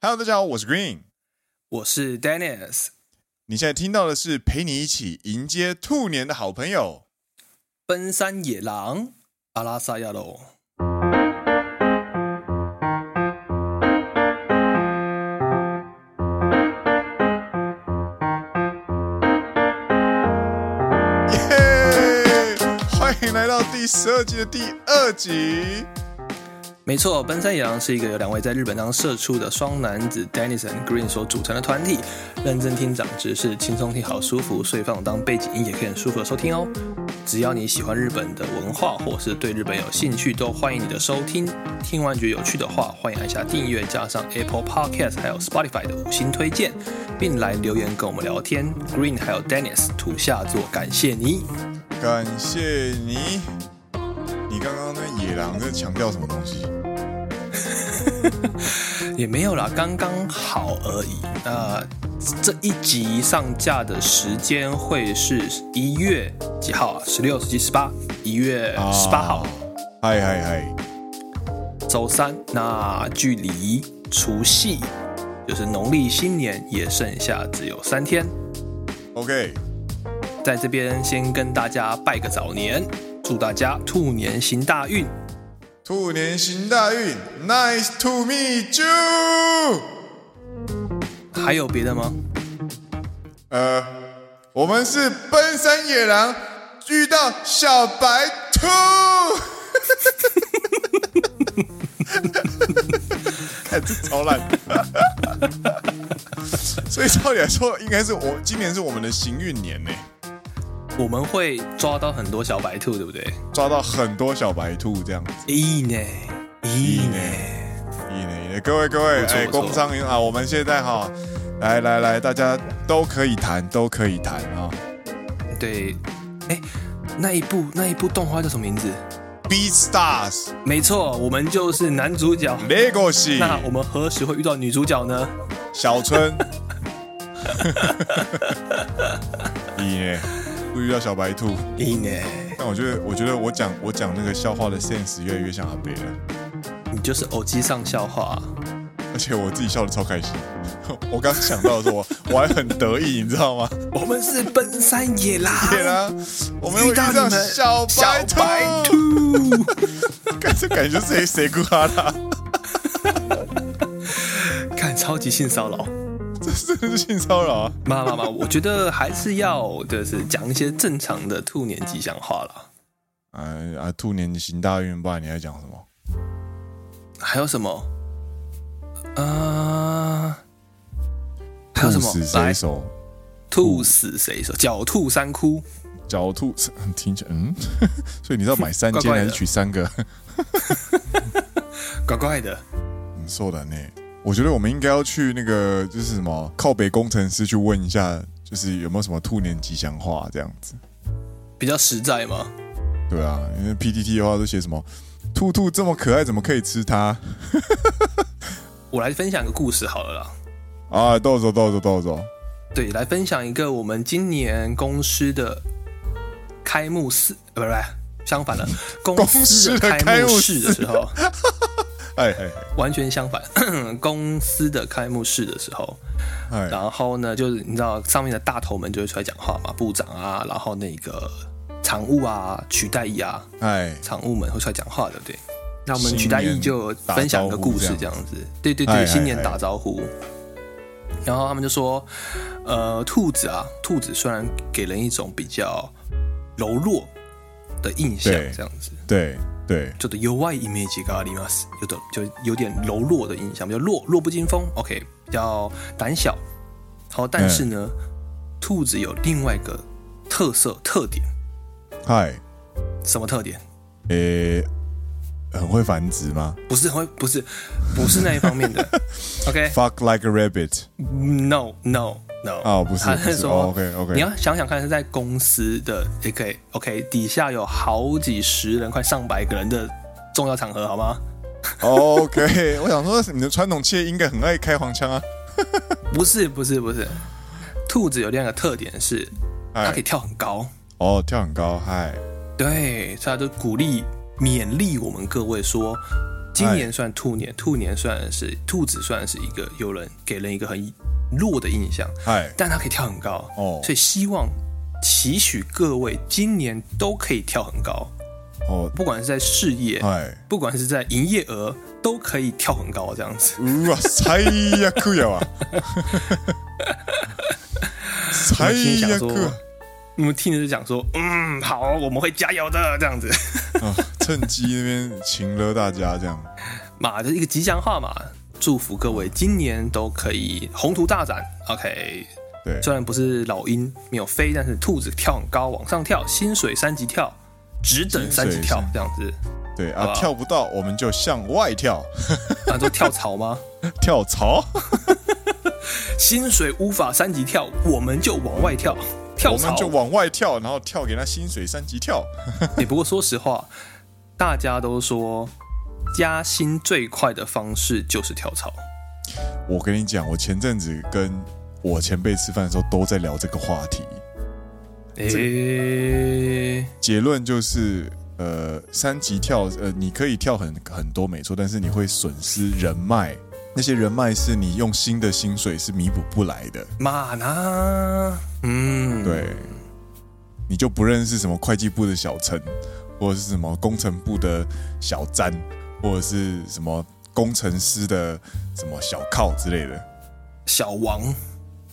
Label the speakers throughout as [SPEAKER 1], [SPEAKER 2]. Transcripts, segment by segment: [SPEAKER 1] Hello，大家好，我是 Green。
[SPEAKER 2] 我是 Dennis。
[SPEAKER 1] 你现在听到的是陪你一起迎接兔年的好朋友。
[SPEAKER 2] 奔山野狼，阿拉萨亚喽。
[SPEAKER 1] 耶、欢迎来到第十二季的第二集。
[SPEAKER 2] 没错，奔山野狼是一个由两位在日本当社畜的双男子 Dennis 和 Green 所组成的团体，认真听长知识，轻松听，好舒服，所以放当背景音也可以很舒服的收听哦。只要你喜欢日本的文化，或是对日本有兴趣，都欢迎你的收听。听完觉得有趣的话，欢迎按下订阅，加上 Apple Podcast 还有 Spotify 的五星推荐，并来留言跟我们聊天。Green 还有 Dennis 土下座，感谢你。
[SPEAKER 1] 感谢你。你刚刚那野狼在强调什么东西？
[SPEAKER 2] 也没有啦，刚刚好而已。那这一集上架的时间会是一月几号啊？十六、十七、十八，一月十八号，
[SPEAKER 1] 嗨嗨嗨！
[SPEAKER 2] 周三。那距离除夕，就是农历新年，也剩下只有三天。
[SPEAKER 1] OK，
[SPEAKER 2] 在这边先跟大家拜个早年，祝大家兔年行大运。
[SPEAKER 1] 兔年行大运，Nice to meet you。
[SPEAKER 2] 还有别的吗？
[SPEAKER 1] 呃，我们是奔山野狼遇到小白兔。 看这超烂， 所以照理来说，应该是我今年是我们的行运年呢，
[SPEAKER 2] 我们会抓到很多小白兔，对不对？
[SPEAKER 1] 抓到很多小白兔这样子。
[SPEAKER 2] いいね，いい
[SPEAKER 1] ね
[SPEAKER 2] ね。
[SPEAKER 1] 一年一年，各位各位，
[SPEAKER 2] 不错
[SPEAKER 1] 哎，
[SPEAKER 2] 不错
[SPEAKER 1] 工商银行，我们现在哈，来来来，大家都可以谈，都可以谈啊。
[SPEAKER 2] 对，哎，那一部那一部动画叫什么名字？
[SPEAKER 1] B Stars
[SPEAKER 2] 没错，我们就是男主角。
[SPEAKER 1] Legacy，
[SPEAKER 2] 那我们何时会遇到女主角呢？
[SPEAKER 1] 小 春，你耶不遇到小白兔，
[SPEAKER 2] 一年，
[SPEAKER 1] 但我觉得，我觉得我讲我讲那个笑话的 sense 越来越像阿北了，
[SPEAKER 2] 你就是偶机上校话。
[SPEAKER 1] 而且我自己笑的超开心。 我刚想到的时候，我我还很得意，你知道吗？
[SPEAKER 2] 我们是奔山野狼，
[SPEAKER 1] 对啦，我们会
[SPEAKER 2] 遇到你
[SPEAKER 1] 上
[SPEAKER 2] 们
[SPEAKER 1] 小白
[SPEAKER 2] 小 白兔。
[SPEAKER 1] 感这感觉谁谁咕哈啦，
[SPEAKER 2] 看，超级性骚扰。
[SPEAKER 1] 这真的是性骚扰啊！
[SPEAKER 2] 妈妈妈，我觉得还是要就是讲一些正常的兔年吉祥话啦。
[SPEAKER 1] 啊啊！兔年行大运，不然你还讲什么？
[SPEAKER 2] 还有什么？呃，还有什么
[SPEAKER 1] 兔死？谁
[SPEAKER 2] 来，
[SPEAKER 1] 手？
[SPEAKER 2] 兔死谁手？狡兔三窟。
[SPEAKER 1] 狡兔听起来嗯， 所以你知道买三
[SPEAKER 2] 怪
[SPEAKER 1] 间
[SPEAKER 2] 怪
[SPEAKER 1] 还
[SPEAKER 2] 的
[SPEAKER 1] 是取三个？
[SPEAKER 2] 怪怪的。
[SPEAKER 1] 嗯，そうだね。我觉得我们应该要去那个，就是什么靠北工程师去问一下，就是有没有什么兔年吉祥话这样子。
[SPEAKER 2] 比较实在嘛。
[SPEAKER 1] 对啊，因为 PPT 的话都写什么“兔兔这么可爱，怎么可以吃它
[SPEAKER 2] 我来分享一个故事好了啦。”
[SPEAKER 1] 啊？豆走豆走豆走，
[SPEAKER 2] 对，来分享一个我们今年公司的开幕式，呃不是不是，相 反了，公司
[SPEAKER 1] 公司的
[SPEAKER 2] 的
[SPEAKER 1] 开
[SPEAKER 2] 开
[SPEAKER 1] 幕
[SPEAKER 2] 幕
[SPEAKER 1] 式
[SPEAKER 2] 式的时候，
[SPEAKER 1] 哎哎
[SPEAKER 2] 完全相反。 公司的开幕式的时候，
[SPEAKER 1] 哎哎，
[SPEAKER 2] 然后呢，就是你知道上面的大头们就会出来讲话嘛，部长啊，然后那个常务啊、取代役啊，
[SPEAKER 1] 哎，
[SPEAKER 2] 常务们会出来讲话，对不对？那我
[SPEAKER 1] 新
[SPEAKER 2] 们
[SPEAKER 1] 年
[SPEAKER 2] 取代役就分享一个故事
[SPEAKER 1] 打招呼，这
[SPEAKER 2] 这样子，对对
[SPEAKER 1] 哎哎
[SPEAKER 2] 对，新年打招呼。然后他们就说，呃，兔子啊，兔子虽然给人一种比较柔弱的印象
[SPEAKER 1] 对，
[SPEAKER 2] 这样子，
[SPEAKER 1] 对对，
[SPEAKER 2] ちょっと弱いイメージがあります，有的就有点柔弱的印象，比较弱，弱不禁风，OK，比较胆小。好，
[SPEAKER 1] 嗯
[SPEAKER 2] 但是呢，兔子有另外一个特色特点，
[SPEAKER 1] 嗨，
[SPEAKER 2] 什么特点？
[SPEAKER 1] 诶、很会繁殖吗
[SPEAKER 2] 不是很会，不是，不是那一方面 的。OK，No
[SPEAKER 1] ？Fuck like a rabbit
[SPEAKER 2] No No
[SPEAKER 1] 哦不是
[SPEAKER 2] 他
[SPEAKER 1] 不
[SPEAKER 2] 是
[SPEAKER 1] 是
[SPEAKER 2] 说、
[SPEAKER 1] 哦，OK，OK
[SPEAKER 2] 你要想想看是在公司的也可以 OK，底下有好几十人，快上百个人的重要场合，好吗？
[SPEAKER 1] ？OK，我 想说你的传统企业应该很爱开黄腔啊，
[SPEAKER 2] 不是不是不是，兔子有另外一个特点是它可以
[SPEAKER 1] 哎，
[SPEAKER 2] 跳很高，
[SPEAKER 1] 哦，跳很高，嗨，
[SPEAKER 2] 对，所以它就鼓励勉励我们各位说，今
[SPEAKER 1] 哎
[SPEAKER 2] 年算兔年，兔年算是兔子算是一个有人给人一个很弱的印象，
[SPEAKER 1] 嗨，
[SPEAKER 2] 但它可以跳很高
[SPEAKER 1] 哦
[SPEAKER 2] 所以希望期许各位今年都可以跳很高，
[SPEAKER 1] 哦，
[SPEAKER 2] 不管是在事业，
[SPEAKER 1] 嗨，
[SPEAKER 2] 不管是在营业额，都可以跳很高这样子。
[SPEAKER 1] うわ最悪 やわ最
[SPEAKER 2] 心想
[SPEAKER 1] 悪
[SPEAKER 2] 说
[SPEAKER 1] 啊
[SPEAKER 2] 你们听着就讲说，嗯，好，我们会加油的这样子，
[SPEAKER 1] 啊！趁机那边请了大家这样，
[SPEAKER 2] 嘛，就是一个吉祥话嘛。祝福各位今年都可以宏图大展。OK，
[SPEAKER 1] 对，
[SPEAKER 2] 虽然不是老鹰没有飞，但是兔子跳很高，往上跳，薪水三级跳，只等三级跳
[SPEAKER 1] 薪水三
[SPEAKER 2] 这样子。
[SPEAKER 1] 对
[SPEAKER 2] 好
[SPEAKER 1] 啊，
[SPEAKER 2] 吧
[SPEAKER 1] 跳不到我们就向外跳，
[SPEAKER 2] 那就跳槽吗？
[SPEAKER 1] 跳槽，
[SPEAKER 2] 薪水无法三级跳，我们就往外跳，跳
[SPEAKER 1] 我们
[SPEAKER 2] 槽
[SPEAKER 1] 就。往外跳，然后跳给他薪水三级跳。
[SPEAKER 2] 你 不过说实话，大家都说加薪最快的方式就是跳槽。
[SPEAKER 1] 我跟你讲，我前阵子跟我前辈吃饭的时候都在聊这个话题，
[SPEAKER 2] 诶、
[SPEAKER 1] 结论就是，呃，三级跳，呃，你可以跳很很多没错，但是你会损失人脉，那些人脉是你用新的薪水是弥补不来的，
[SPEAKER 2] 马呢？嗯，
[SPEAKER 1] 对，你就不认识什么会计部的小陈，或者是什么工程部的小詹，或者是什么工程师的什么小靠之类的，
[SPEAKER 2] 小王，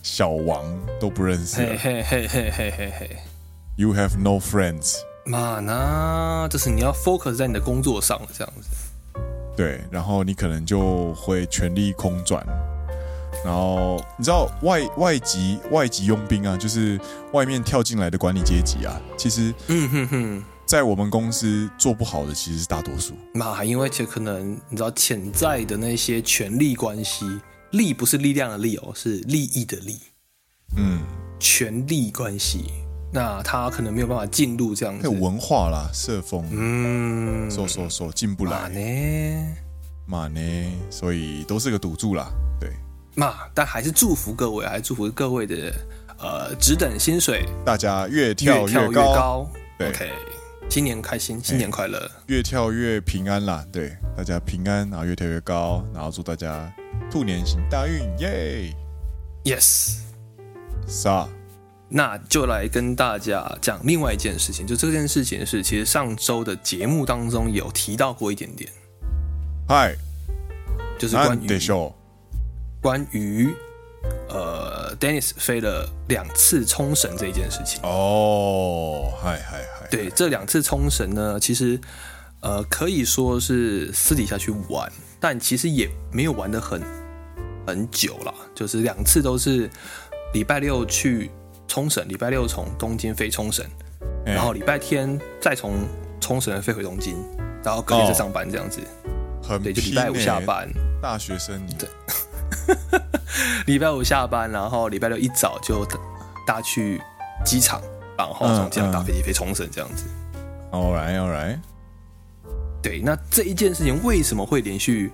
[SPEAKER 1] 小王都不认识
[SPEAKER 2] 嘿
[SPEAKER 1] 了
[SPEAKER 2] 嘿嘿嘿嘿嘿嘿，
[SPEAKER 1] You have no friends。
[SPEAKER 2] 马呢？就是你要 focus 在你的工作上，这样子。
[SPEAKER 1] 对，然后你可能就会全力空转。然后你知道外外籍外籍佣兵啊，就是外面跳进来的管理阶级啊，其实，
[SPEAKER 2] 嗯哼哼，
[SPEAKER 1] 在我们公司做不好的其实是大多数。
[SPEAKER 2] 马，因为其实可能你知道潜在的那些权力关系，力不是力量的力哦，是利益的利，
[SPEAKER 1] 嗯，
[SPEAKER 2] 权力关系。那他可能没有办法进入这样
[SPEAKER 1] 还有
[SPEAKER 2] 子。
[SPEAKER 1] 文化啦，社风，
[SPEAKER 2] 嗯，
[SPEAKER 1] 说说说进不来
[SPEAKER 2] 马呢？
[SPEAKER 1] 嘛呢，所以都是个赌注啦。对，
[SPEAKER 2] 马，但还是祝福各位，还是祝福各位的呃，只等薪水
[SPEAKER 1] 大家越
[SPEAKER 2] 越
[SPEAKER 1] 跳
[SPEAKER 2] 跳
[SPEAKER 1] 越
[SPEAKER 2] 越
[SPEAKER 1] 高，
[SPEAKER 2] 高。
[SPEAKER 1] 对哎
[SPEAKER 2] OK，新年开心，新年快乐。
[SPEAKER 1] 越跳越平安啦。对，大家平安，然后越跳越高，然后祝大家兔年行大运，耶！
[SPEAKER 2] Yes，
[SPEAKER 1] 啥？
[SPEAKER 2] 那就来跟大家讲另外一件事情，就这件事情是其实上周的节目当中有提到过一点点，
[SPEAKER 1] 嗨。
[SPEAKER 2] 就是
[SPEAKER 1] な
[SPEAKER 2] 关
[SPEAKER 1] んで
[SPEAKER 2] 于
[SPEAKER 1] しょ
[SPEAKER 2] 关于呃 Dennis 飞了两次冲绳这一件事情
[SPEAKER 1] う。哦，嗨嗨嗨，
[SPEAKER 2] 对，这两次冲绳呢，其实呃可以说是私底下去玩，但其实也没有玩的很很久啦，就是两次都是礼拜六去冲绳，礼拜六从东京飞冲绳，
[SPEAKER 1] 哎
[SPEAKER 2] 然后礼拜天再从冲绳飞回东京，然后隔天再上班这样子。
[SPEAKER 1] 哦很
[SPEAKER 2] 对，就礼
[SPEAKER 1] 拼
[SPEAKER 2] 拜五
[SPEAKER 1] 欸
[SPEAKER 2] 下，班，
[SPEAKER 1] 大学生你欸
[SPEAKER 2] 礼拜五下班，然后礼拜六一早就搭搭去机场，然后从机场
[SPEAKER 1] 嗯嗯
[SPEAKER 2] 搭飞机飞冲绳这样子。
[SPEAKER 1] ，all right all right，
[SPEAKER 2] 对，那这一件事情为什么会连续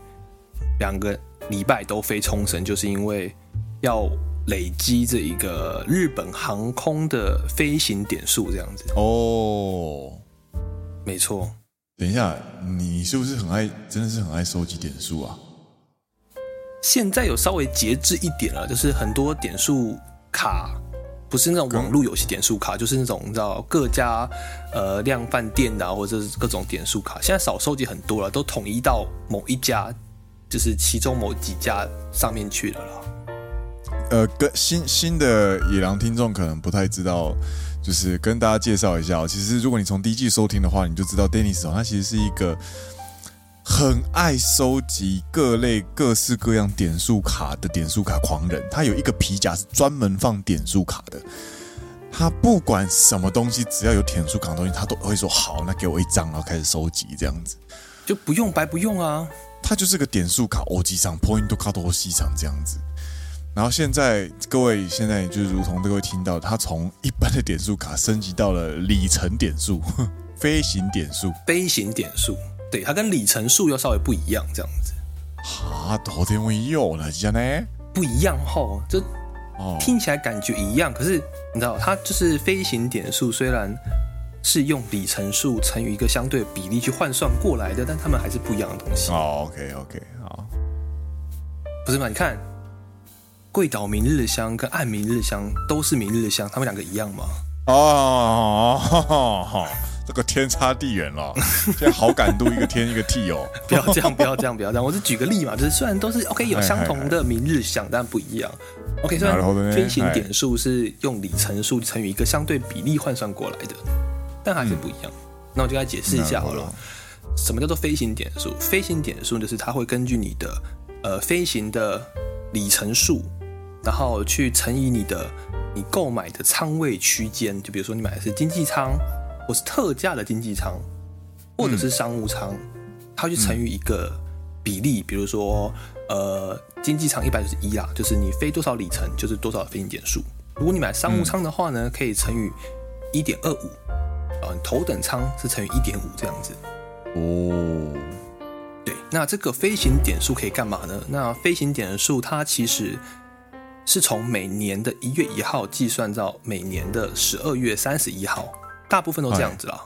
[SPEAKER 2] 两个礼拜都飞冲绳，就是因为要累积这一个日本航空的飞行点数，这样子。
[SPEAKER 1] 哦，
[SPEAKER 2] 没错，
[SPEAKER 1] 等一下，你是不是很爱，真的是很爱收集点数啊？
[SPEAKER 2] 现在有稍微节制一点了，就是很多点数卡。不是那种网络游戏点数卡，就是那种你知道各家呃量贩店的、啊，或者是各种点数卡，现在少收集很多了，都统一到某一家，就是其中某几家上面去了啦。
[SPEAKER 1] 呃，跟新新的野狼听众可能不太知道，就是跟大家介绍一下、哦，其实如果你从第一季收听的话，你就知道 Dennis 哦，他其实是一个很爱收集各类各式各样点数卡的点数卡狂人。他有一个皮夹是专门放点数卡的，他不管什么东西，只要有点数卡的东西，他都会说好，那给我一张，然后开始收集这样子。
[SPEAKER 2] 就不用白不用啊，
[SPEAKER 1] 它就是个点数卡欧机上 point card 欧机上这样子。然后现在各位现在就如同各位听到，它从一般的点数卡升级到了里程点数、 飞行点数。
[SPEAKER 2] 飞行点数，对，它跟里程数又稍微不一样，这样子
[SPEAKER 1] 啊，昨天我有了，真的
[SPEAKER 2] 不一样后，就
[SPEAKER 1] 哦，
[SPEAKER 2] 听起来感觉一样，可是你知道，它就是飞行点数虽然是用里程数乘以一个相对比例去换算过来的，但它们还是不一样的东西，
[SPEAKER 1] 哦，OK OK，好，
[SPEAKER 2] 不是吗？你看，贵岛明日香跟暗明日香都是明日香，它们两个一样吗？
[SPEAKER 1] 哦， 哈哈哈这个天差地远了，现在好感度一个天一 个地哦，
[SPEAKER 2] 不要这样，不要这样，不要这样。我是举个例嘛，就是虽然都是 OK 有相同的明日想，但不一样。OK，虽
[SPEAKER 1] なるほど
[SPEAKER 2] 然
[SPEAKER 1] ね
[SPEAKER 2] 飞行点数是用里程数乘以一个相对比例换算过来的，但还是不一样。那我就来解释一下好
[SPEAKER 1] なるほ
[SPEAKER 2] 了，什么叫做飞行点数？飞行点数就是它会根据你的呃飞行的里程数，然后去乘以你的你购买的仓位区间，就比如说你买的是经济舱，或是特价的经济舱，或者是商务舱，它会去乘以一个比例，比如说呃经济舱一百九十一啦，就是你飞多少里程就是多少飞行点数。如果你买商务舱的话呢，可以乘以一点二五，呃，头等舱是乘以一点五这样子。
[SPEAKER 1] 哦，
[SPEAKER 2] 对，那这个飞行点数可以干嘛呢？那飞行点数它其实是从每年的一月一号计算到每年的十二月三十一号，大部分都这样子啦。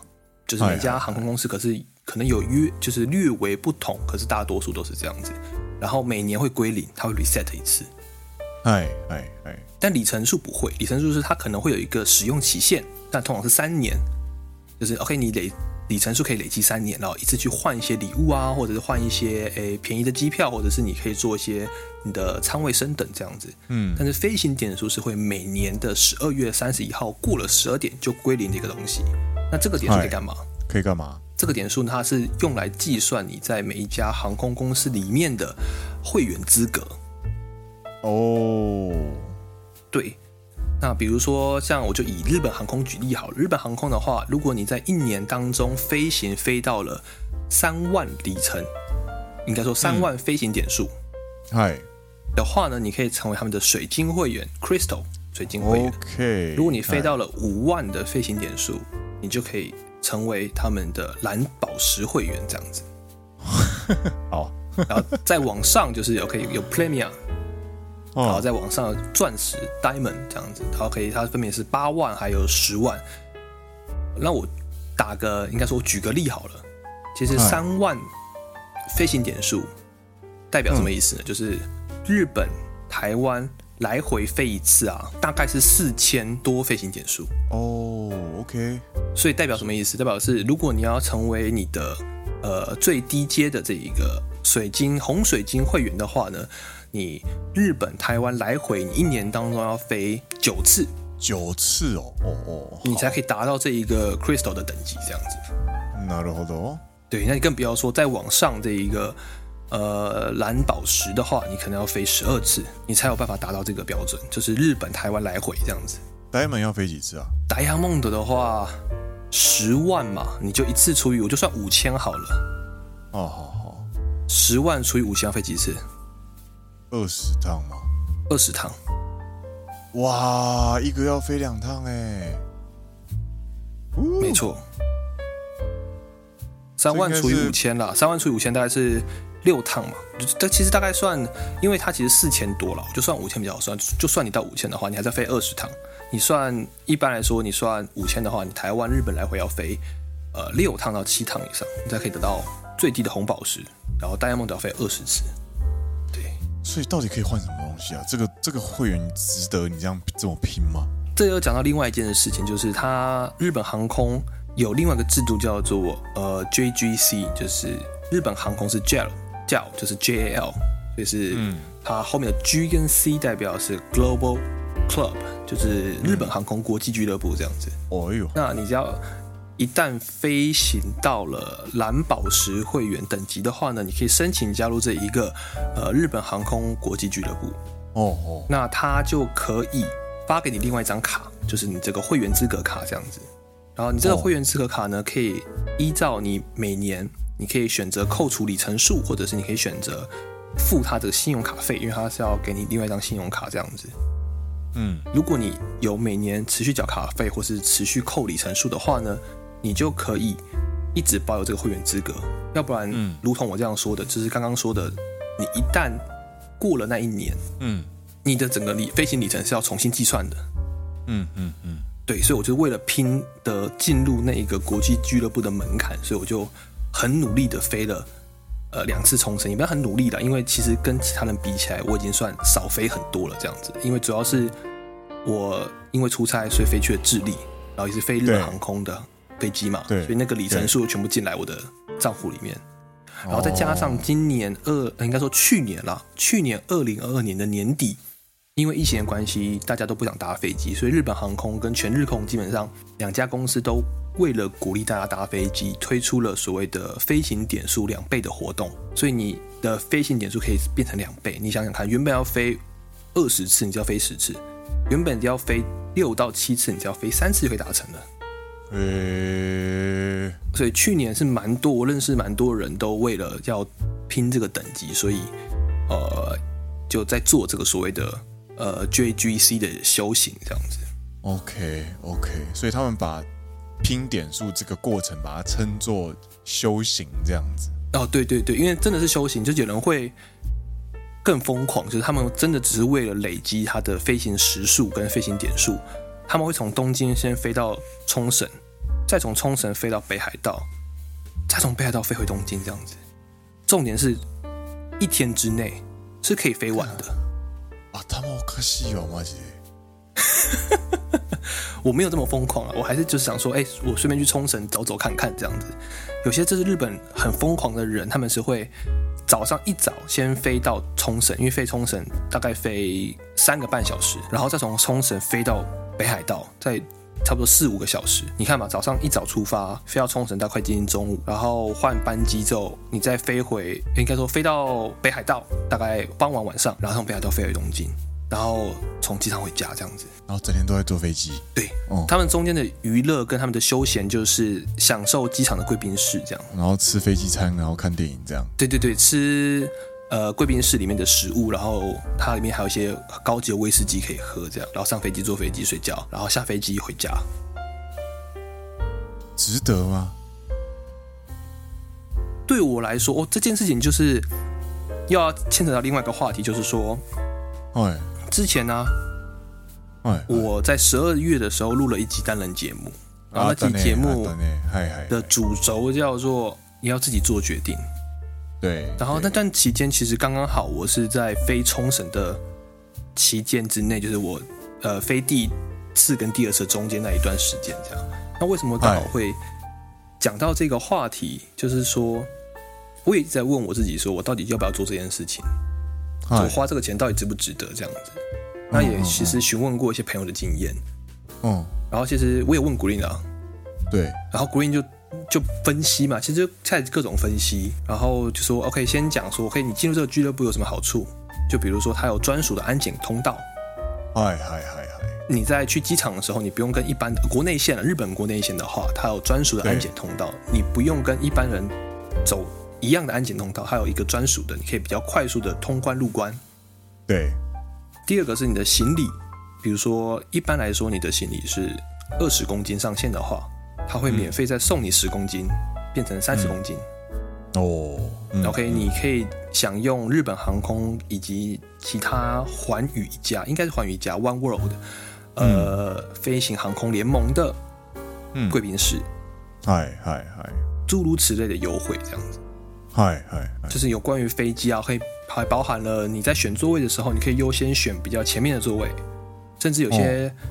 [SPEAKER 2] 就是每家航空公司可是可能有约，就是略微不同，可是大多数都是这样子。然后每年会归零，它会 reset 一次，
[SPEAKER 1] 哎哎哎，
[SPEAKER 2] 但里程数不会，里程数是它可能会有一个使用期限，但通常是三年，就是 OK，你累里程数可以累积三年，然后一次去换一些礼物啊，或者是换一些诶便宜的机票，或者是你可以做一些你的仓位升等这样子。
[SPEAKER 1] 嗯
[SPEAKER 2] 但是飞行点数是会每年的十二月三十一号过了十二点就归零的一个东西。那这个点数可以干嘛？
[SPEAKER 1] 可以干嘛？
[SPEAKER 2] 这个点数呢它是用来计算你在每一家航空公司里面的会员资格。
[SPEAKER 1] 哦，
[SPEAKER 2] 对，那比如说像我就以日本航空举例好了，日本航空的话，如果你在一年当中飞行飞到了三万里程，应该说三万飞行点数、
[SPEAKER 1] 嗨
[SPEAKER 2] 的话呢，你可以成为他们的水晶会员 （Crystal 水晶会员）
[SPEAKER 1] 哦，OK，
[SPEAKER 2] 如果你飞到了五万的飞行点数，你就可以成为他们的蓝宝石会员这样子。
[SPEAKER 1] 哎好，
[SPEAKER 2] 然后再往上就是 OK 有 Premium，然后
[SPEAKER 1] 哦，
[SPEAKER 2] 再往上钻石 diamond 这样子，然后可以它分别是八万还有十万。那我打个应该说我举个例好了，其实
[SPEAKER 1] 哎
[SPEAKER 2] 三万飞行点数代表什么意思呢？就是日本、台湾来回飞一次啊，大概是四千多飞行点数。
[SPEAKER 1] 哦，OK，
[SPEAKER 2] 所以代表什么意思？代表是如果你要成为你的呃最低阶的这一个水晶红水晶会员的话呢，你日本、台湾来回，你一年当中要飞九次，
[SPEAKER 1] 九次哦，哦
[SPEAKER 2] 你
[SPEAKER 1] 哦，
[SPEAKER 2] 才可以达到这一个 Crystal 的等级这样子。
[SPEAKER 1] なるほど。
[SPEAKER 2] 对，那你更不要说再往上这一个呃蓝宝石的话，你可能要飞十二次，你才有办法达到这个标准，就是日本、台湾来回这样子。
[SPEAKER 1] Diamond 要飞几次啊？
[SPEAKER 2] 达亚梦的的话，十万嘛，你就一次除以我就算五千好了。
[SPEAKER 1] 哦，好好，
[SPEAKER 2] 十万除以五千要飞几次？
[SPEAKER 1] 二十趟吗？
[SPEAKER 2] 二十趟。
[SPEAKER 1] 哇，一个要飞两趟哎、呜
[SPEAKER 2] 没错。三万除以五千啦，三万除以五千大概是六趟嘛，就是这其实大概算，因为它其实四千多了，我就算五千比较好算，就就算你到五千的话，你还在飞二十趟，你算一般来说，你算五千的话，你台湾、日本来回要飞呃六趟到七趟以上，你才可以得到最低的红宝石，然后大亚梦要飞二十次，对，
[SPEAKER 1] 所以到底可以换什么东西啊？这个这个会员值得你这样这么拼吗？
[SPEAKER 2] 这又讲到另外一件事情，就是它日本航空有另外一个制度叫做呃 JGC，就是日本航空是 JAL，JAL 就是 JAL，就是它后面的 G 跟 C 代表是 Global Club，就是日本航空国际俱乐部这样子。
[SPEAKER 1] 哦哎呦，
[SPEAKER 2] 那你只要一旦飞行到了蓝宝石会员等级的话呢，你可以申请加入这一个呃日本航空国际俱乐部。
[SPEAKER 1] 哦哦
[SPEAKER 2] 那他就可以发给你另外一张卡，就是你这个会员资格卡这样子。然后你这个
[SPEAKER 1] 哦
[SPEAKER 2] 会员资格卡呢，可以依照你每年，你可以选择扣除里程数，或者是你可以选择付他的信用卡费，因为他是要给你另外一张信用卡这样子。
[SPEAKER 1] 嗯，
[SPEAKER 2] 如果你有每年持续缴卡费或是持续扣里程数的话呢，你就可以一直保有这个会员资格。要不然，
[SPEAKER 1] 嗯
[SPEAKER 2] 如同我这样说的，就是刚刚说的，你一旦过了那一年，
[SPEAKER 1] 嗯
[SPEAKER 2] 你的整个里飞行里程是要重新计算的。
[SPEAKER 1] 嗯嗯嗯，
[SPEAKER 2] 对，所以我就为了拼的进入那一个国际俱乐部的门槛，所以我就很努力的飞了。呃，两次冲绳也不要很努力了，因为其实跟其他人比起来，我已经算少飞很多了。这样子，因为主要是我因为出差，所以飞去了智利，然后也是飞日本
[SPEAKER 1] 对
[SPEAKER 2] 航空的飞机嘛，
[SPEAKER 1] 对
[SPEAKER 2] 所以那个里程数全部进来我的账户里面。然后
[SPEAKER 1] 哦
[SPEAKER 2] 再加上今年二，呃应该说去年啦，去年二零二二年的年底，因为疫情的关系，大家都不想搭飞机，所以日本航空跟全日空基本上两家公司都为了鼓励大家搭飞机，推出了所谓的飞行点数两倍的活动，所以你的飞行点数可以变成两倍。你想想看，原本要飞二十次，你就要飞十次；原本要飞六到七次，你就要飞三次就可以达成了。
[SPEAKER 1] 呃、
[SPEAKER 2] 所以去年是蛮多，我认识蛮多人都为了要拼这个等级，所以呃就在做这个所谓的呃 JGC 的修行这样子。
[SPEAKER 1] o k OK，所以他们把拼点数这个过程把它称作修行这样子。
[SPEAKER 2] 哦，对对对，因为真的是修行，就有人会更疯狂，就是他们真的只是为了累积他的飞行时数跟飞行点数，他们会从东京先飞到冲绳，再从冲绳飞到北海道，再从北海道飞回东京这样子。重点是一天之内是可以飞完的。
[SPEAKER 1] 啊，他们好可惜哦，马姐。
[SPEAKER 2] 我没有这么疯狂啊，我还是就是想说，哎、我顺便去冲绳走走看看这样子。有些这是日本很疯狂的人，他们是会早上一早先飞到冲绳，因为飞冲绳大概飞三个半小时，然后再从冲绳飞到北海道，再差不多四五个小时。你看嘛，早上一早出发，飞到冲绳，大概接近中午，然后换班机之后，你再飞回，应该说飞到北海道，大概傍晚晚上，然后从北海道飞回东京，然后从机场回家这样子。
[SPEAKER 1] 然后整天都在坐飞机。
[SPEAKER 2] 对，
[SPEAKER 1] 哦
[SPEAKER 2] 他们中间的娱乐跟他们的休闲就是享受机场的贵宾室这样。
[SPEAKER 1] 然后吃飞机餐，然后看电影这样。
[SPEAKER 2] 对对对，吃呃贵宾室里面的食物，然后它里面还有一些高级的威士忌可以喝这样，然后上飞机坐飞机睡觉，然后下飞机回家。
[SPEAKER 1] 值得吗？
[SPEAKER 2] 对我来说，哦，这件事情就是要牵扯到另外一个话题，就是说
[SPEAKER 1] 哎
[SPEAKER 2] 之前呢、
[SPEAKER 1] 哎，
[SPEAKER 2] 我在十二月的时候录了一集单人节目，然后那
[SPEAKER 1] 等
[SPEAKER 2] 期
[SPEAKER 1] 呢
[SPEAKER 2] 节目
[SPEAKER 1] 啊等呢嗨嗨，
[SPEAKER 2] 的主轴叫做你要自己做决定。
[SPEAKER 1] 对，
[SPEAKER 2] 然后那
[SPEAKER 1] 对
[SPEAKER 2] 段期间，其实刚刚好，我是在飞冲绳的期间之内，就是我呃飞第次跟第二次中间那一段时间这样。那为什么刚好
[SPEAKER 1] 嗨
[SPEAKER 2] 会讲到这个话题？就是说，我也一直在问我自己，说我到底要不要做这件事情？我
[SPEAKER 1] 嗨
[SPEAKER 2] 花这个钱到底值不值得？这样子。那也其实询问过一些朋友的经验，
[SPEAKER 1] 嗯，
[SPEAKER 2] 然后其实我也问古令啊，
[SPEAKER 1] 对，
[SPEAKER 2] 然后 Green 就就分析嘛，其实就开始各种分析，然后就说 OK，先讲说 OK，你进入这个俱乐部有什么好处？就比如说它有专属的安检通道，
[SPEAKER 1] 嗨嗨嗨嗨，
[SPEAKER 2] 你在去机场的时候，你不用跟一般的国内线了，日本国内线的话，它有专属的安检通道，你不用跟一般人走一样的安检通道，它有一个专属的，你可以比较快速的通关入关。
[SPEAKER 1] 对，
[SPEAKER 2] 第二个是你的行李，比如说一般来说你的行李是二十公斤上限的话，它会免费再送你十公斤，变成三十公斤。
[SPEAKER 1] 哦嗯
[SPEAKER 2] OK，你可以享用日本航空以及其他环宇一家，应该是环宇一家 One World，呃，飞行航空联盟的
[SPEAKER 1] 嗯
[SPEAKER 2] 贵宾室，
[SPEAKER 1] 嗨嗨嗨
[SPEAKER 2] 诸如此类的优惠，这样子，
[SPEAKER 1] 嗨嗨嗨，
[SPEAKER 2] 就是有关于飞机啊，可以还包含了你在选座位的时候，你可以优先选比较前面的座位，甚至有些、
[SPEAKER 1] 哦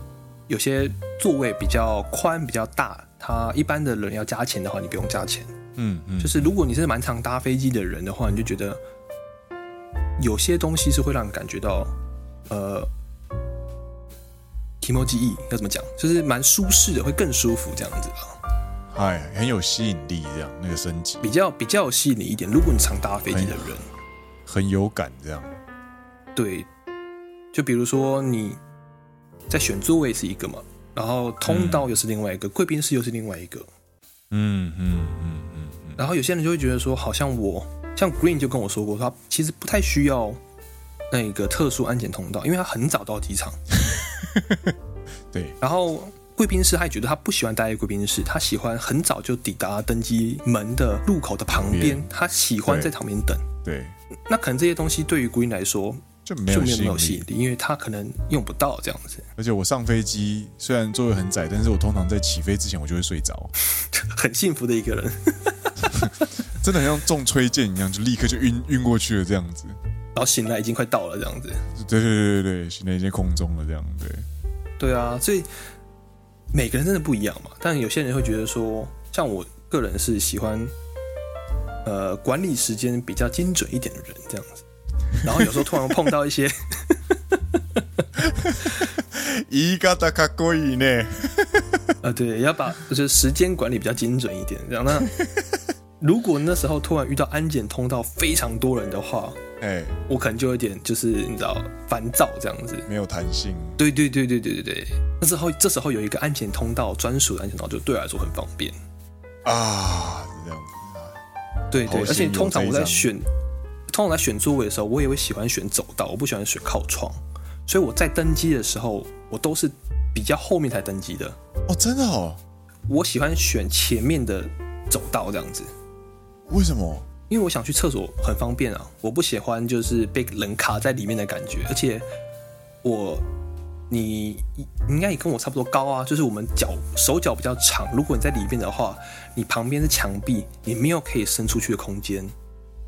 [SPEAKER 2] 有些座位比较宽、比较大，它一般的人要加钱的话，你不用加钱。
[SPEAKER 1] 嗯嗯，
[SPEAKER 2] 就是如果你是蛮常搭飞机的人的话，你就觉得有些东西是会让你感觉到，呃 i m o 记忆要怎么讲，就是蛮舒适的，会更舒服这样子啊，
[SPEAKER 1] 嗨，很有吸引力，这样那个升级
[SPEAKER 2] 比较比较有吸引你一点。如果你常搭飞机的人，
[SPEAKER 1] 很有感，这样，
[SPEAKER 2] 对，就比如说你在选座位是一个嘛，然后通道又是另外一个，贵宾室又是另外一个，
[SPEAKER 1] 嗯嗯嗯嗯嗯，
[SPEAKER 2] 然后有些人就会觉得说，好像我像 Green 就跟我说过，他其实不太需要那个特殊安检通道，因为他很早到机场。
[SPEAKER 1] 对，
[SPEAKER 2] 然后贵宾室他也觉得他不喜欢待在贵宾室，他喜欢很早就抵达登机门的入口的旁边
[SPEAKER 1] 边，
[SPEAKER 2] 他喜欢在旁边等。
[SPEAKER 1] 对，
[SPEAKER 2] 那可能这些东西对于 Green 来说，
[SPEAKER 1] 就没
[SPEAKER 2] 就
[SPEAKER 1] 有
[SPEAKER 2] 没有
[SPEAKER 1] 吸
[SPEAKER 2] 没
[SPEAKER 1] 引
[SPEAKER 2] 有吸
[SPEAKER 1] 力
[SPEAKER 2] 引。力，因为它可能用不到这样子，
[SPEAKER 1] 而且我上飞机虽然座位很窄，但是我通常在起飞之前我就会睡着，
[SPEAKER 2] 很幸福的一个人。
[SPEAKER 1] 真的很像中吹箭一样，就立刻就晕晕过去了这样子。
[SPEAKER 2] 然后醒来已经快到了这样子。
[SPEAKER 1] 对对对对对，现在已经空中了这样对。
[SPEAKER 2] 对啊，所以每个人真的不一样嘛。但有些人会觉得说，像我个人是喜欢呃管理时间比较精准一点的人这样子。然后有时候突然碰到一 些，
[SPEAKER 1] 言い方かっこいいね。
[SPEAKER 2] 呃，对，要把就是时间管理比较精准一点。这样那如果那时候突然遇到安检通道非常多人的话，
[SPEAKER 1] 哎，
[SPEAKER 2] 我可能就有点就是你知道烦躁这样子。
[SPEAKER 1] 没有弹性。
[SPEAKER 2] 对对对对对对对。那时候这时候有一个安检通道专属的安检通道，就对我来说很方便。
[SPEAKER 1] 啊，是这样子啊。
[SPEAKER 2] 对
[SPEAKER 1] 好
[SPEAKER 2] 对，而
[SPEAKER 1] 险
[SPEAKER 2] 且
[SPEAKER 1] 有
[SPEAKER 2] 通常
[SPEAKER 1] 这一
[SPEAKER 2] 我在
[SPEAKER 1] 张
[SPEAKER 2] 选，通常在选座位的时候，我也会喜欢选走道，我不喜欢选靠窗，所以我在登机的时候，我都是比较后面才登机的，
[SPEAKER 1] 哦，真的哦？
[SPEAKER 2] 我喜欢选前面的走道这样子，
[SPEAKER 1] 为什么？
[SPEAKER 2] 因为我想去厕所很方便啊，我不喜欢就是被人卡在里面的感觉，而且我。你你应该也跟我差不多高啊，就是我们脚手脚比较长。如果你在里面的话，你旁边是墙壁，你没有可以伸出去的空间。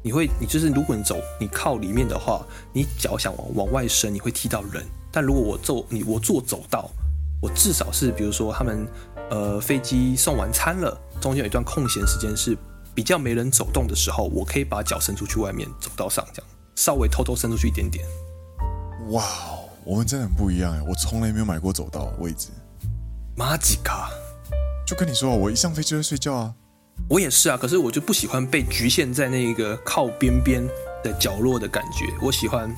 [SPEAKER 2] 你会，你就是如果你走，你靠里面的话，你脚想往往外伸，你会踢到人。但如果我走，你我坐走道，我至少是比如说他们呃飞机送完餐了，中间有一段空闲时间是比较没人走动的时候，我可以把脚伸出去外面走道上，这样稍微偷偷伸出去一点点。
[SPEAKER 1] 哇哦，我们真的很不一样哎！我从来没有买过走道位置，
[SPEAKER 2] 马吉卡，
[SPEAKER 1] 就跟你说，啊我一上飞机就会睡觉啊。
[SPEAKER 2] 我也是啊，可是我就不喜欢被局限在那个靠边边的角落的感觉。我喜欢，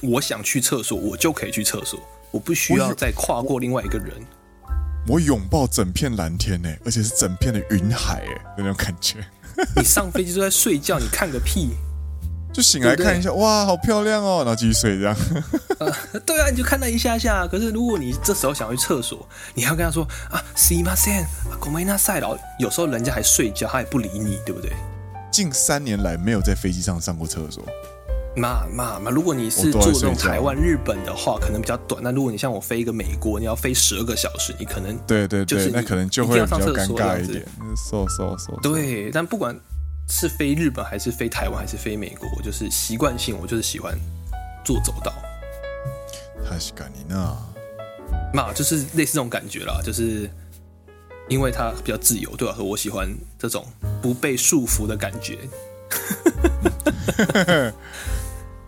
[SPEAKER 2] 我想去厕所，我就可以去厕所，我不需
[SPEAKER 1] 我
[SPEAKER 2] 要
[SPEAKER 1] 有
[SPEAKER 2] 再跨过另外一个人。
[SPEAKER 1] 我拥抱整片蓝天哎，而且是整片的云海哎，那种感觉。
[SPEAKER 2] 你上飞机就在睡觉，你看个屁！
[SPEAKER 1] 就醒来
[SPEAKER 2] 对不对
[SPEAKER 1] 看一下，哇，好漂亮哦，然后继续睡这样。
[SPEAKER 2] 对啊，你就看那一下下。可是如果你这时候想要去厕所，你还要跟他说啊，すいません，啊ごめんなさい。然后有时候人家还睡觉，他也不理你，对不对？
[SPEAKER 1] 近三年来没有在飞机上上过厕所，
[SPEAKER 2] 嘛嘛嘛！如果你是
[SPEAKER 1] 我都
[SPEAKER 2] 坐
[SPEAKER 1] 在
[SPEAKER 2] 那种
[SPEAKER 1] 睡觉
[SPEAKER 2] 台湾、日本的话，可能比较短。那如果你像我飞一个美国，你要飞十二个小时，你可能
[SPEAKER 1] 对对
[SPEAKER 2] 就
[SPEAKER 1] 对，
[SPEAKER 2] 是你
[SPEAKER 1] 那可能就
[SPEAKER 2] 一
[SPEAKER 1] 会
[SPEAKER 2] 定要
[SPEAKER 1] 比较
[SPEAKER 2] 上厕
[SPEAKER 1] 尴
[SPEAKER 2] 所
[SPEAKER 1] 尬
[SPEAKER 2] 这样
[SPEAKER 1] 一
[SPEAKER 2] 子
[SPEAKER 1] 点。瘦瘦瘦，
[SPEAKER 2] 对，但不管是飞日本还是飞台湾还是飞美国，我就是习惯性，我就是喜欢坐走道，
[SPEAKER 1] 他是干你呢？
[SPEAKER 2] 嘛，就是类似这种感觉啦，就是因为它比较自由，对我来啊说，我喜欢这种不被束缚的感觉，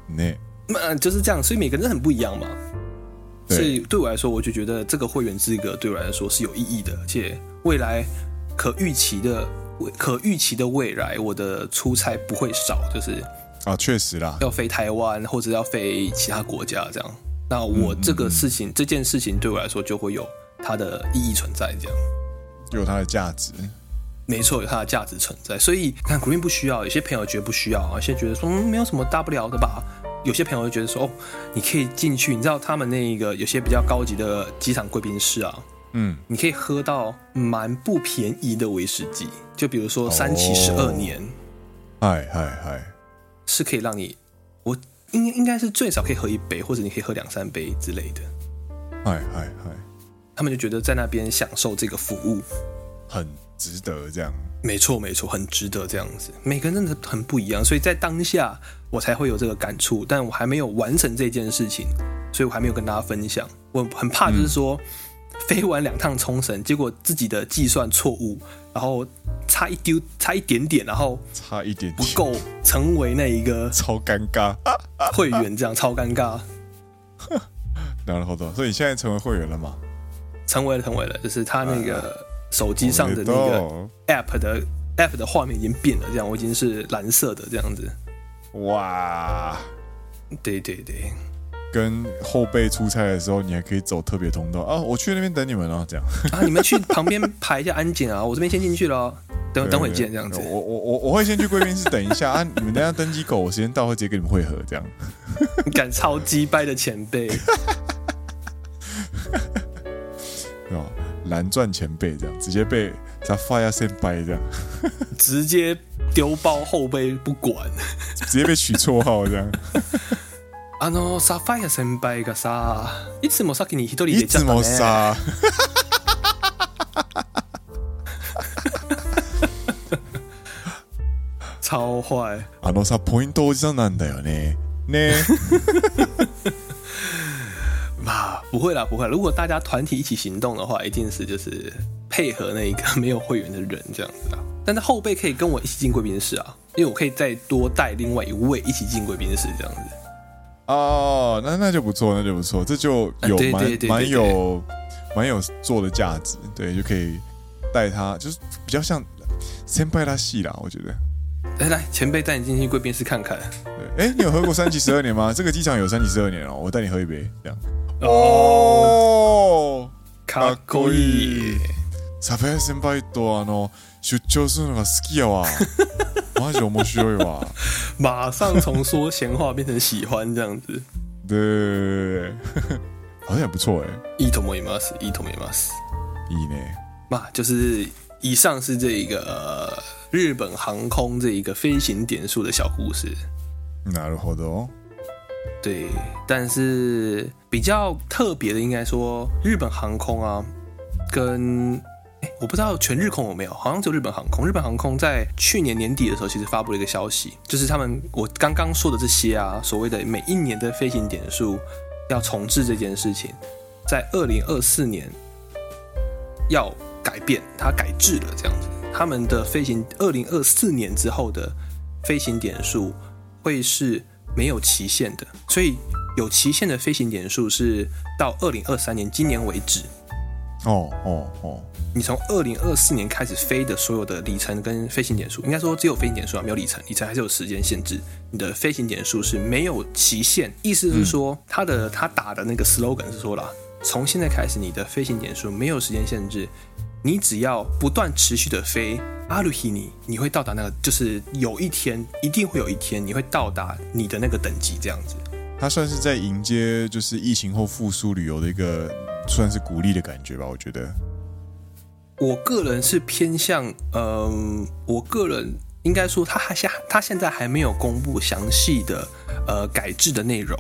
[SPEAKER 1] 那
[SPEAKER 2] 嘛，就是这样，所以每个人真的很不一样嘛。所
[SPEAKER 1] 对
[SPEAKER 2] 以对我来说，我就觉得这个会员资格对我来说是有意义的，而且未来可预期的可预期的未来，我的出差不会少，就是
[SPEAKER 1] 啊，确实啦，
[SPEAKER 2] 要飞台湾或者要飞其他国家这样。那
[SPEAKER 1] 嗯
[SPEAKER 2] 我这个事情、这件事情对我来说就会有它的意义存在，这样
[SPEAKER 1] 有它的价值。
[SPEAKER 2] 没错，有它的价值存在。所以看 Green 不需要，有些朋友觉得不需要啊，有些觉得说、嗯、没有什么大不了的吧。有些朋友就觉得说哦，你可以进去，你知道他们那个有些比较高级的机场贵宾室啊，
[SPEAKER 1] 嗯，
[SPEAKER 2] 你可以喝到蛮不便宜的威士忌，就比如说三七十二
[SPEAKER 1] 哦
[SPEAKER 2] 年。
[SPEAKER 1] 嗨嗨嗨，
[SPEAKER 2] 是可以让你，我应应该是最少可以喝一杯，或者你可以喝两三杯之类的。
[SPEAKER 1] 嗨嗨嗨，
[SPEAKER 2] 他们就觉得在那边享受这个服务，
[SPEAKER 1] 很值得这样。
[SPEAKER 2] 没错没错，很值得这样子。每个人真的很不一样，所以在当下我才会有这个感触，但我还没有完成这件事情，所以我还没有跟大家分享。我很怕就是说，飞完两趟冲绳，结果自己的计算错误，然后差一丢差一点点，然后
[SPEAKER 1] 差一点
[SPEAKER 2] 不
[SPEAKER 1] 点，
[SPEAKER 2] 够成为那一个
[SPEAKER 1] 超尴尬。啊
[SPEAKER 2] 会员，这样超尴尬。
[SPEAKER 1] 然后好多，所以你现在成为会员了吗？
[SPEAKER 2] 成为了成为了，就是他那个手机上的那个
[SPEAKER 1] 我
[SPEAKER 2] app 的 app 的画面已经变了，这样我已经是蓝色的这样子。
[SPEAKER 1] 知道哇，
[SPEAKER 2] 对对对，
[SPEAKER 1] 跟后辈出差的时候，你还可以走特别通道啊，我去那边等你们哦，这样。
[SPEAKER 2] 啊，你们去旁边排一下安检啊，我这边先进去了哦，等等会见这样子
[SPEAKER 1] 对。我我我我会先去贵宾室等一下啊，你们等一下登机口，我时间到会直接跟你们会合，这样。
[SPEAKER 2] 你敢超击败的前辈，
[SPEAKER 1] 哦，蓝钻前辈这样，直接被他发呀先掰这样，
[SPEAKER 2] 直接丢包后背不管
[SPEAKER 1] 直接被取绰号这样。
[SPEAKER 2] あのサファイア先輩がさいつも 先に一人で行
[SPEAKER 1] い
[SPEAKER 2] っちゃ
[SPEAKER 1] つ
[SPEAKER 2] った
[SPEAKER 1] も
[SPEAKER 2] ね
[SPEAKER 1] さ、
[SPEAKER 2] 超坏
[SPEAKER 1] あのさ、ポイントおじさんなんだよね。ね，
[SPEAKER 2] 嘛啊不会啦不会啦如果大家团体一起行动的话一定是就是配合那一个没有会员的人这样子啊但是后辈可以跟我一起进贵宾室啊因为我可以再多带另外一位一起进贵宾室这样子
[SPEAKER 1] 哦，那那就不错，那就不错，这就有
[SPEAKER 2] 啊对对对
[SPEAKER 1] 蛮
[SPEAKER 2] 对
[SPEAKER 1] 蛮
[SPEAKER 2] 对
[SPEAKER 1] 有蛮有做的价值，对，就可以带他，就是比较像先輩拉戏啦，我觉得。
[SPEAKER 2] 哎来前辈带你进去贵宾室看看
[SPEAKER 1] 对，哎，你有喝过三七十二年吗？这个机场有三七十二年哦，我带你喝一杯，这样。
[SPEAKER 2] 哦
[SPEAKER 1] 哦，
[SPEAKER 2] かっこいい
[SPEAKER 1] サフェ先輩とあの出張するのが好きや わ。マジ面白いわ。
[SPEAKER 2] 马上从说闲话变成喜欢这样子
[SPEAKER 1] 对 对对对对，好像也不错哎、
[SPEAKER 2] いいと思いますいいと思います
[SPEAKER 1] いいね。
[SPEAKER 2] 嘛，就是以上是这一个、呃日本航空这一个飞行点数的小故事。
[SPEAKER 1] なるほど。
[SPEAKER 2] 对，但是比较特别的，应该说日本航空啊，跟诶我不知道全日空有没有，好像只有日本航空。日本航空在去年年底的时候，其实发布了一个消息，就是他们我刚刚说的这些啊，所谓的每一年的飞行点数要重置这件事情，在二零二四年要改变，它改制了这样子。他们的飞行二零二四年之后的飞行点数会是没有期限的，所以有期限的飞行点数是到二零二三年今年为止。
[SPEAKER 1] 哦哦哦，
[SPEAKER 2] 你从二零二四年开始飞的所有的里程跟飞行点数，应该说只有飞行点数啊，没有里程，里程还是有时间限制。你的飞行点数是没有期限，意思是说，它的它打的那个 slogan 是说啦，从现在开始，你的飞行点数没有时间限制，你只要不断持续的飞，阿鲁希尼，你会到达那个，就是有一天一定会有一天你会到达你的那个等级这样子。
[SPEAKER 1] 它算是在迎接就是疫情后复苏旅游的一个算是鼓励的感觉吧，我觉得。
[SPEAKER 2] 我个人是偏向，嗯、我个人应该说他还现他现在还没有公布详细的呃改制的内容，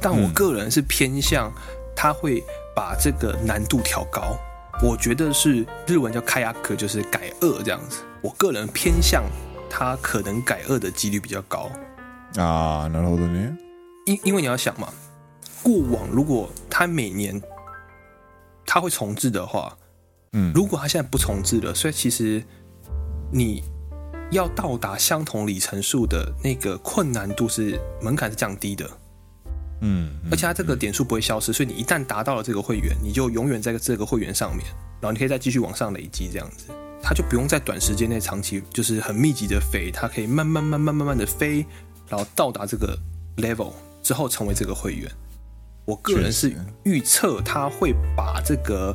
[SPEAKER 2] 但我个人是偏向他会把这个难度调高。我觉得是日文叫开亚克，就是改二这样子。我个人偏向他可能改二的几率比较高。
[SPEAKER 1] 啊，なるほどね。
[SPEAKER 2] 因因为你要想嘛，过往如果他每年他会重置的话，
[SPEAKER 1] 嗯
[SPEAKER 2] 如果他现在不重置了，所以其实你要到达相同里程数的那个困难度是门槛是降低的，
[SPEAKER 1] 嗯，嗯
[SPEAKER 2] 而且它这个点数不会消失，所以你一旦达到了这个会员，你就永远在这个会员上面，然后你可以再继续往上累积这样子，它就不用在短时间内长期就是很密集的飞，它可以慢慢慢慢慢慢的飞，然后到达这个 level 之后成为这个会员。我个人
[SPEAKER 1] 确
[SPEAKER 2] 是
[SPEAKER 1] 实
[SPEAKER 2] 预测它会把这个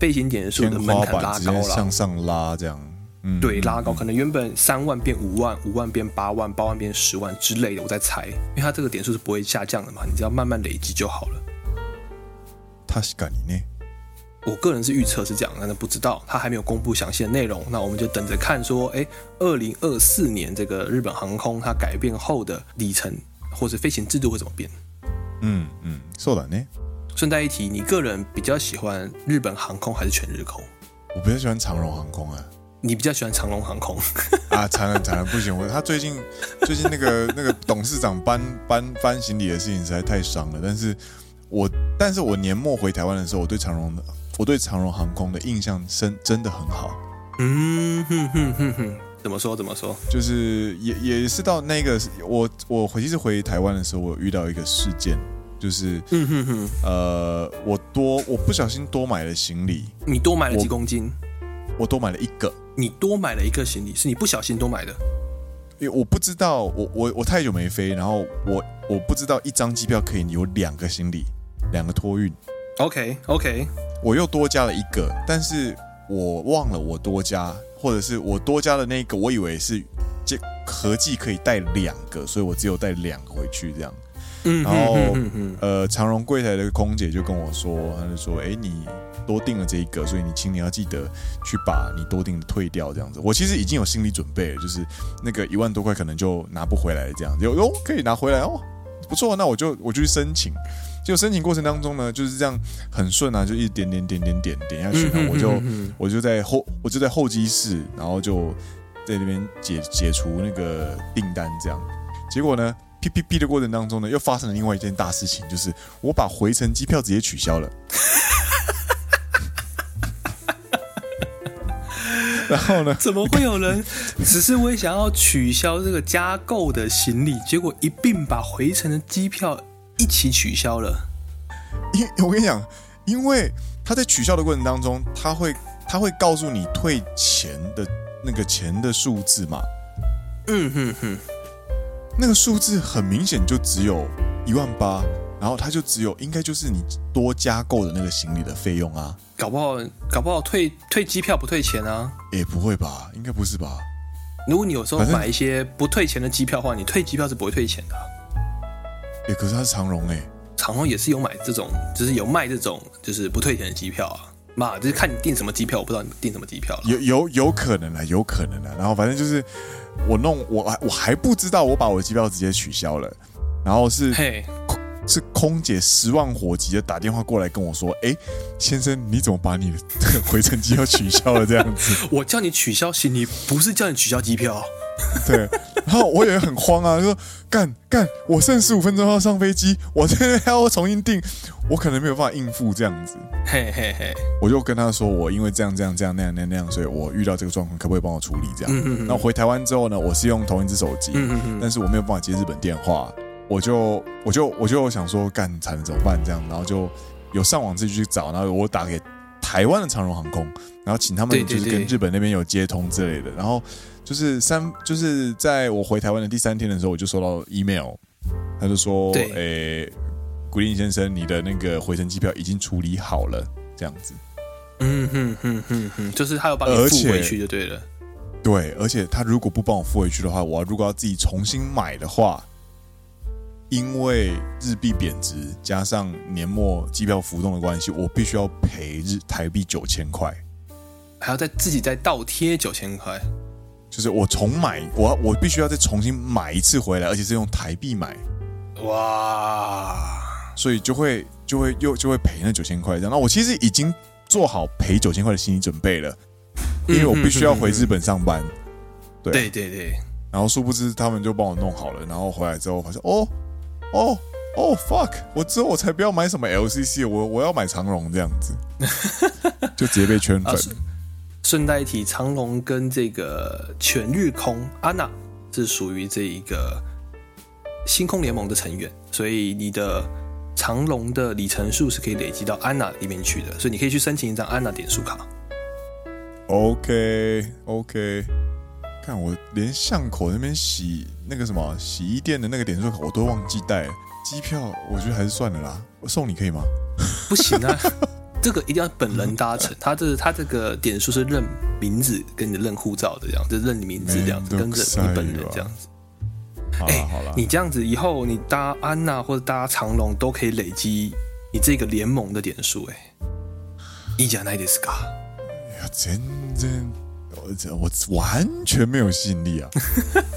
[SPEAKER 2] 飞行点数
[SPEAKER 1] 天
[SPEAKER 2] 的门
[SPEAKER 1] 花
[SPEAKER 2] 槛
[SPEAKER 1] 板
[SPEAKER 2] 拉
[SPEAKER 1] 直
[SPEAKER 2] 高
[SPEAKER 1] 接
[SPEAKER 2] 了，
[SPEAKER 1] 向上拉这样。嗯，
[SPEAKER 2] 对，拉高，可能原本三万变五万，五万变八万，八万变十万之类的，我在猜，因为它这个点数是不会下降的嘛，你只要慢慢累积就好了。
[SPEAKER 1] 確かにね。
[SPEAKER 2] 我个人是预测是这样，但是不知道，它还没有公布详细的内容，那我们就等着看说，哎，二零二四年这个日本航空它改变后的里程或是飞行制度会怎么变。
[SPEAKER 1] 嗯嗯，そうだね。
[SPEAKER 2] 顺带一提，你个人比较喜欢日本航空还是全日空？
[SPEAKER 1] 我比较喜欢长荣航空啊。
[SPEAKER 2] 你比较喜欢长龙航空？
[SPEAKER 1] 啊，惨了惨了，不行！我他最近最近那个那个董事长搬搬搬行李的事情实在太伤了。但是我但是我年末回台湾的时候，我对长荣的我对长荣航空的印象深真的很好，
[SPEAKER 2] 嗯哼哼哼哼，怎么说怎么说？
[SPEAKER 1] 就是也也是到那个我我回其实回台湾的时候，我有遇到一个事件，就是
[SPEAKER 2] 嗯哼哼，
[SPEAKER 1] 呃我多我不小心多买了行李，
[SPEAKER 2] 你多买了几
[SPEAKER 1] 我
[SPEAKER 2] 公斤？
[SPEAKER 1] 我多买了一个。
[SPEAKER 2] 你多买了一个行李，是你不小心多买的。
[SPEAKER 1] 因为我不知道，我我我太久没飞，然后我我不知道一张机票可以有两个行李，两个托运，
[SPEAKER 2] OK OK，
[SPEAKER 1] 我又多加了一个，但是我忘了我多加，或者是我多加的那个，我以为是这合计可以带两个，所以我只有带两个回去这样。
[SPEAKER 2] 嗯
[SPEAKER 1] 然后
[SPEAKER 2] 哼哼哼
[SPEAKER 1] 呃，长荣柜台的空姐就跟我说，她就说：“哎，你多订了这一个，所以你请你要记得去把你多订的退掉，这样子。”我其实已经有心理准备了，就是那个一万多块可能就拿不回来了，这样子。有哦，可以拿回来哦，不错，那我就我就去申请。就申请过程当中呢，就是这样很顺啊，就一点点点点点点下去，
[SPEAKER 2] 嗯
[SPEAKER 1] 然后我就我就在候我就在候机室，然后就在那边解解除那个订单这样。结果呢，哔哔哔的过程当中呢，又发生了另外一件大事情，就是我把回程机票直接取消了。 然后呢？
[SPEAKER 2] 怎么会有人嗯只是我也想要取消这个加购的行李，结果一并把回程的机票一起取消了？
[SPEAKER 1] 因我跟你讲，因为他在取消的过程当中，他会他会告诉你退钱的那个钱的数字嘛，
[SPEAKER 2] 嗯哼哼，
[SPEAKER 1] 那个数字很明显就只有一万八，然后他就只有应该就是你多加购的那个行李的费用啊，
[SPEAKER 2] 搞不好搞不好退退机票不退钱啊！
[SPEAKER 1] 也不会吧？应该不是吧？
[SPEAKER 2] 如果你有时候
[SPEAKER 1] 反正
[SPEAKER 2] 买一些不退钱的机票的话，你退机票是不会退钱的啊、
[SPEAKER 1] 哎，可是他是长荣哎、
[SPEAKER 2] 长荣也是有买这种，就是有卖这种就是不退钱的机票啊。妈，就是看你订什么机票，我不知道你订什么机票了。
[SPEAKER 1] 有有有可能啊，有可能啊。然后反正就是我弄我还我还不知道我把我的机票直接取消了，然后是
[SPEAKER 2] 嘿，
[SPEAKER 1] 是空姐十万火急的打电话过来跟我说：“哎、先生，你怎么把你的这个回程机票取消了？”这样子，
[SPEAKER 2] 我叫你取消行李，不是叫你取消机票。
[SPEAKER 1] 对。然后我也很慌啊，就说：“干干，我剩十五分钟要上飞机，我这边还要重新订，我可能没有办法应付这样子。”
[SPEAKER 2] 嘿嘿嘿，
[SPEAKER 1] 我就跟他说，我因为这样这样这样那样那样那样，所以我遇到这个状况，可不可以帮我处理这样？
[SPEAKER 2] 嗯嗯嗯
[SPEAKER 1] 那回台湾之后呢，我是用同一只手机，
[SPEAKER 2] 嗯嗯嗯
[SPEAKER 1] 但是我没有办法接日本电话，我就我就我就想说，干惨了怎么办？这样，然后就有上网自己去找，然后我打给台湾的长荣航空，然后请他
[SPEAKER 2] 对
[SPEAKER 1] 们
[SPEAKER 2] 对
[SPEAKER 1] 就是
[SPEAKER 2] 对
[SPEAKER 1] 跟日本那边有接通之类的，然后就是三 就是在我回台湾的第三天的时候，我就收到 email，他就说，
[SPEAKER 2] 对
[SPEAKER 1] 诶、古林先生，你的那个回程机票已经处理好了，这样子。
[SPEAKER 2] 嗯哼哼哼哼，就是他有把你
[SPEAKER 1] 而
[SPEAKER 2] 付
[SPEAKER 1] 且
[SPEAKER 2] 回去就对了。
[SPEAKER 1] 对，而且他如果不帮我付回去的话，我要如果要自己重新买的话，因为日币贬值加上年末机票浮动的关系，我必须要赔日台币九千块。
[SPEAKER 2] 还要再自己再倒贴九千块。
[SPEAKER 1] 就是我重买，我要我必须要再重新买一次回来，而且是用台币买，
[SPEAKER 2] 哇，
[SPEAKER 1] 所以就会就会又就会赔那九千块这样。那我其实已经做好赔九千块的心理准备了，因为我必须要回日本上班。
[SPEAKER 2] 对对对，
[SPEAKER 1] 然后殊不知他们就帮我弄好了，然后回来之后发现哦哦哦 fuck，我之后我才不要买什么 LCC，我我要买长荣这样 子，就直接被圈粉
[SPEAKER 2] 啊。是顺带一提，长龙跟这个全日空安娜是属于这一个星空联盟的成员，所以你的长龙的里程数是可以累积到安娜里面去的，所以你可以去申请一张安娜点数卡。
[SPEAKER 1] OK OK，看我连巷口那边洗那个什么洗衣店的那个点数卡我都忘记带了，机票我觉得还是算了啦，我送你可以吗？
[SPEAKER 2] 不行啊， 这个一定要本人搭 乘，他这他这个点数是认名字跟你的认护照的这样，就认你名字这样子，
[SPEAKER 1] Man,
[SPEAKER 2] 跟着
[SPEAKER 1] don't
[SPEAKER 2] 你本人
[SPEAKER 1] say you
[SPEAKER 2] 这样子。
[SPEAKER 1] 好啦好啦，
[SPEAKER 2] 你这样子以后你搭安娜或者搭长龙都可以累积你这个联盟的点数、欸，哎，いいじゃないですか。
[SPEAKER 1] 哎呀真真我这我完全没有吸引力啊！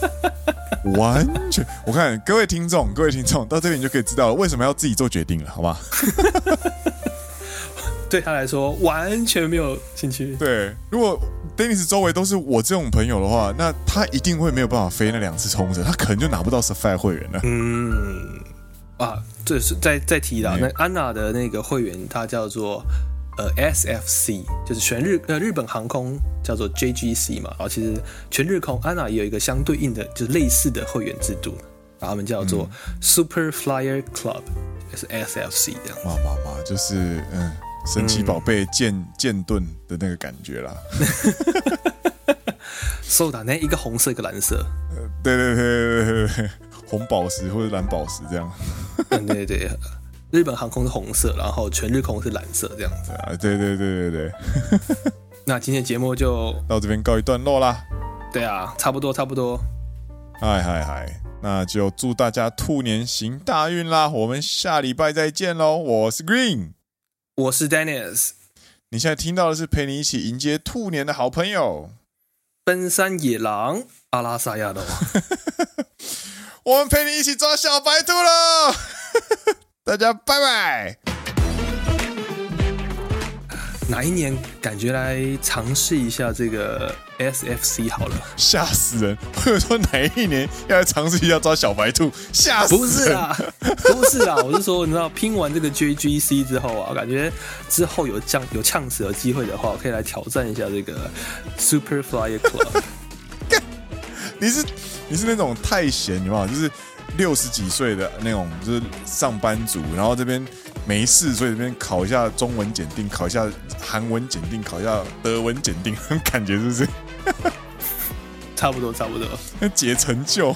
[SPEAKER 1] 完全，我看各位听众，各位听众到这边你就可以知道了为什么要自己做决定了，好吧？
[SPEAKER 2] 对他来说完全没有兴趣。
[SPEAKER 1] 对，如果 Dennis 周围都是我这种朋友的话，那他一定会没有办法飞那两次冲绳，他可能就拿不到 Sapphire 会员了。
[SPEAKER 2] 嗯，啊，这是再再提到
[SPEAKER 1] 嗯
[SPEAKER 2] 那安娜的那个会员，它叫做呃 SFC，就是全日呃日本航空叫做 JGC 嘛，然哦后其实全日空安娜也有一个相对应的就是类似的会员制度，然后他们叫做 Super Flyer Club，也是 SFC 这样。
[SPEAKER 1] 嘛嘛嘛，就是嗯，神奇宝贝剑剑盾的那个感觉啦。
[SPEAKER 2] 收打那一个红色，一个蓝色。
[SPEAKER 1] 对对对对对对对，红宝石或者蓝宝石这样。
[SPEAKER 2] 嗯，对对，日本航空是红色，然后全日空是蓝色这样子。
[SPEAKER 1] 对啊，对对对对对，
[SPEAKER 2] 那今天的节目就
[SPEAKER 1] 到这边告一段落啦。
[SPEAKER 2] 对啊，差不多差不多。
[SPEAKER 1] 嗨嗨嗨，哎那就祝大家兔年行大运啦！我们下礼拜再见喽。我是 Green，
[SPEAKER 2] 我是 Dennis，
[SPEAKER 1] 你现在听到的是陪你一起迎接兔年的好朋友。
[SPEAKER 2] 奔山野狼阿拉萨亚的。
[SPEAKER 1] 我们陪你一起抓小白兔了， 大家拜拜。
[SPEAKER 2] 哪一年感觉来尝试一下这个 SFC 好了？
[SPEAKER 1] 吓死人！ 我有说哪一年要来尝试一下抓小白兔，吓死人！
[SPEAKER 2] 不是啦，不是啦，我是说，你知道拼完这个 JGC 之后啊，感觉之后有降有呛死的机会的话，我可以来挑战一下这个 Superfly Club。
[SPEAKER 1] 你是你是那种太闲，你知道吗？就是六十几岁的那种，就是上班族，然后这边没事，所以这边考一下中文检定，考一下韩文检定，考一下德文检定，感觉是不是
[SPEAKER 2] 差不多，差不多。
[SPEAKER 1] 解成就？